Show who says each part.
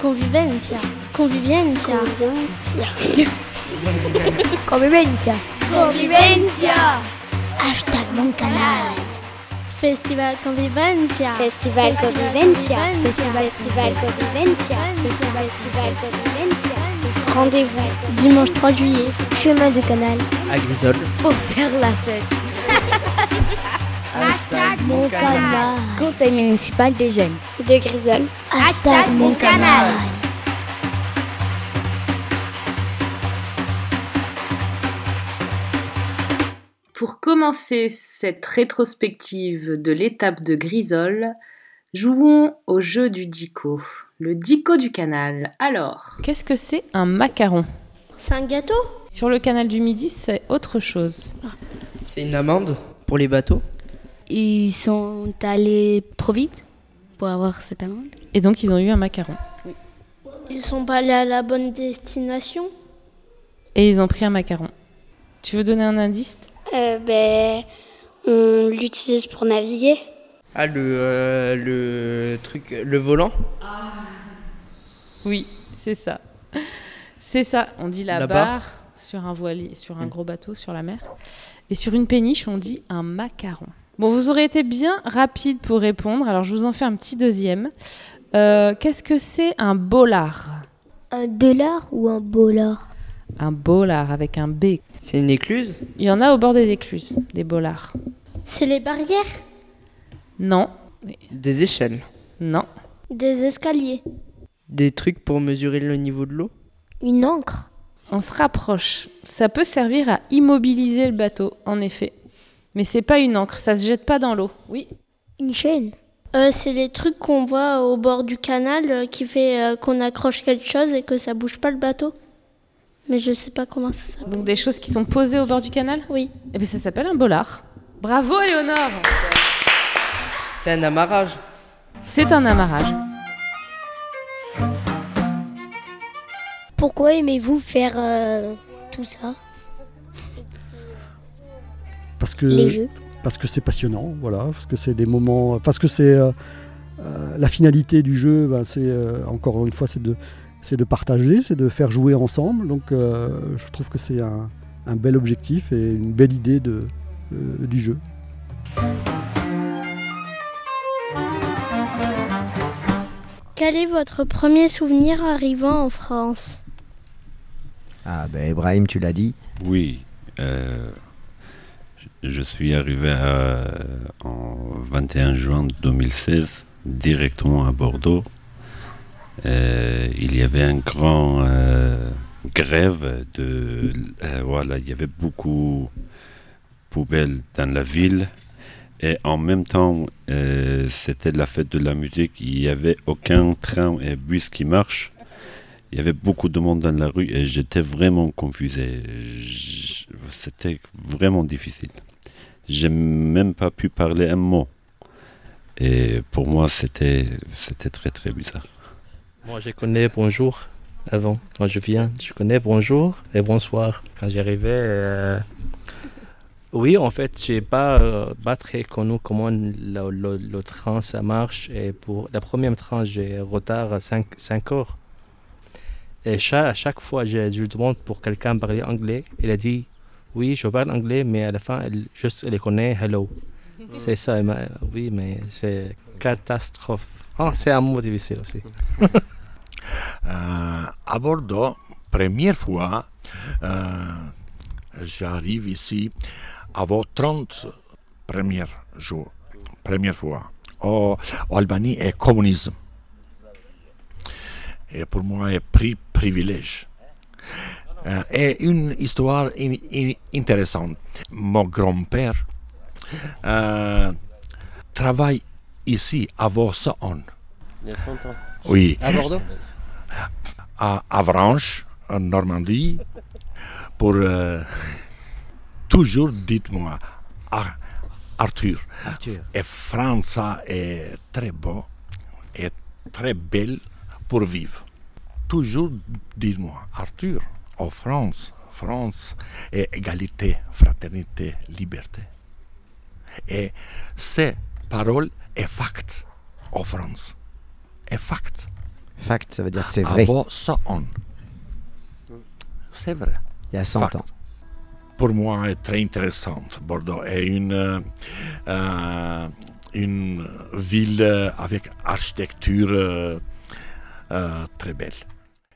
Speaker 1: Convivencia. Convivencia.
Speaker 2: Convivencia.
Speaker 1: Convivencia.
Speaker 3: Hashtag mon canal.
Speaker 1: Festival Convivencia.
Speaker 2: Festival Convivencia.
Speaker 1: Festival
Speaker 2: Festival Convivencia. Festival Convivencia. Rendez-vous.
Speaker 1: Dimanche 3 juillet.
Speaker 2: Chemin de canal.
Speaker 4: à Grisol.
Speaker 3: Pour faire la fête.
Speaker 4: Hashtag
Speaker 3: Mon canal.
Speaker 2: Conseil municipal des jeunes.
Speaker 1: De Grisol.
Speaker 3: Hashtag mon canal.
Speaker 5: Pour commencer cette rétrospective de l'étape de Grisol, jouons au jeu du dico, le dico du canal. Alors,
Speaker 6: Qu'est-ce que c'est un macaron
Speaker 1: C'est un gâteau
Speaker 6: Sur le canal du Midi, c'est autre chose.
Speaker 4: C'est une amende pour les bateaux.
Speaker 7: Ils sont allés trop vite pour avoir cette amende.
Speaker 6: Et donc, ils ont eu un macaron.
Speaker 1: Ils sont pas allés à la bonne destination
Speaker 6: Et ils ont pris un macaron. Tu veux donner un indice
Speaker 2: ben, on l'utilise pour naviguer.
Speaker 4: Ah, le, euh, le truc, le volant.
Speaker 6: Oui, c'est ça. C'est ça. On dit la,
Speaker 4: La
Speaker 6: barre,
Speaker 4: barre.
Speaker 6: sur un voilier, sur un
Speaker 4: Mm.
Speaker 6: gros bateau, sur la mer. Et sur une péniche, on dit un macaron. Bon, vous aurez été bien rapide pour répondre. Alors, je vous en fais un petit deuxième. Euh, Qu'est-ce que c'est un bolard
Speaker 3: Un dollar ou un bolard
Speaker 6: Un bolard avec un B.
Speaker 4: C'est une écluse.
Speaker 6: Il y en a au bord des écluses, des bolards.
Speaker 1: C'est les barrières
Speaker 6: Non,
Speaker 4: Des échelles.
Speaker 6: non,
Speaker 1: Des escaliers
Speaker 4: Des trucs pour mesurer le niveau de l'eau.
Speaker 3: Une encre
Speaker 6: on se rapproche. Ça peut servir à immobiliser le bateau, en effet. Mais c'est pas une encre, ça se jette pas dans l'eau. Oui,
Speaker 3: Une chaîne
Speaker 1: Euh, c'est les trucs qu'on voit au bord du canal euh, qui fait euh, qu'on accroche quelque chose et que ça bouge pas le bateau. Mais je sais pas comment ça s'appelle.
Speaker 6: donc des choses qui sont posées au bord du canal
Speaker 1: Oui.
Speaker 6: Eh bien, ça s'appelle un bolard. Bravo, Éléonore
Speaker 4: C'est un amarrage.
Speaker 6: C'est un amarrage.
Speaker 3: Pourquoi aimez-vous faire euh, tout ça
Speaker 8: Parce que
Speaker 3: Les jeux
Speaker 8: parce que c'est passionnant, voilà, parce que c'est des moments, parce que c'est euh, euh, la finalité du jeu, ben, c'est euh, encore une fois, c'est de, c'est de partager, c'est de faire jouer ensemble. Donc, euh, je trouve que c'est un, un bel objectif et une belle idée de, euh, du jeu.
Speaker 1: Quel est votre premier souvenir arrivant en France
Speaker 9: Ah ben Ibrahim, tu l'as dit.
Speaker 10: Oui. euh, je je suis arrivé à- en 21 juin 2016 directement à Bordeaux. Euh, il y avait un grand euh, grève de euh, voilà, il y avait beaucoup poubelles dans la ville et en même temps euh, c'était la fête de la musique, il n'y avait aucun train et bus qui marche. Il y avait beaucoup de monde dans la rue et j'étais vraiment confusé. J- C'était vraiment difficile. J'ai même pas pu parler un mot. Et pour moi, c'était c'était très très bizarre.
Speaker 11: Moi, je connais bonjour avant, quand je viens. Je connais bonjour et bonsoir. Quand j'arrivais, euh, oui, en fait, j'ai pas, euh, pas très connu comment le, le- le train ça marche. Et pour la première train, j'ai retard à 5, 5 heures. Et cha- à chaque fois, je, je demande pour quelqu'un parler anglais. Il a dit, oui, je parle anglais, mais à la fin, elle, juste, elle connaît hello. C'est ça, elle m'a- oui, mais c'est catastrophe. Ah, c'est un mot difficile aussi.
Speaker 12: Euh, à Bordeaux, première fois, euh, j'arrive ici avant 30 premiers jours, première fois. Oh, Albanie et communisme. Et pour moi, est pri privilège. Euh, et une histoire in- in- intéressante. Mon grand-père euh, travaille ici avant 100 ans.
Speaker 4: Il y a 100 ans.
Speaker 12: Oui
Speaker 4: À Bordeaux.
Speaker 12: à Avranches, en Normandie, pour euh, toujours, dites-moi, Ar- Arthur. Et France est très beau et très belle pour vivre. Toujours, dites-moi, Arthur, en France, France est égalité, fraternité, liberté. Et ces paroles est fact en France. Est fact. Fact, ça veut dire c'est vrai.
Speaker 8: Avant 100 ans. C'est vrai.
Speaker 12: Il y a 100
Speaker 8: Fact.
Speaker 12: ans.
Speaker 8: Pour moi, est très intéressante. Bordeaux est une, euh, euh, une ville euh, avec architecture euh, euh, très belle.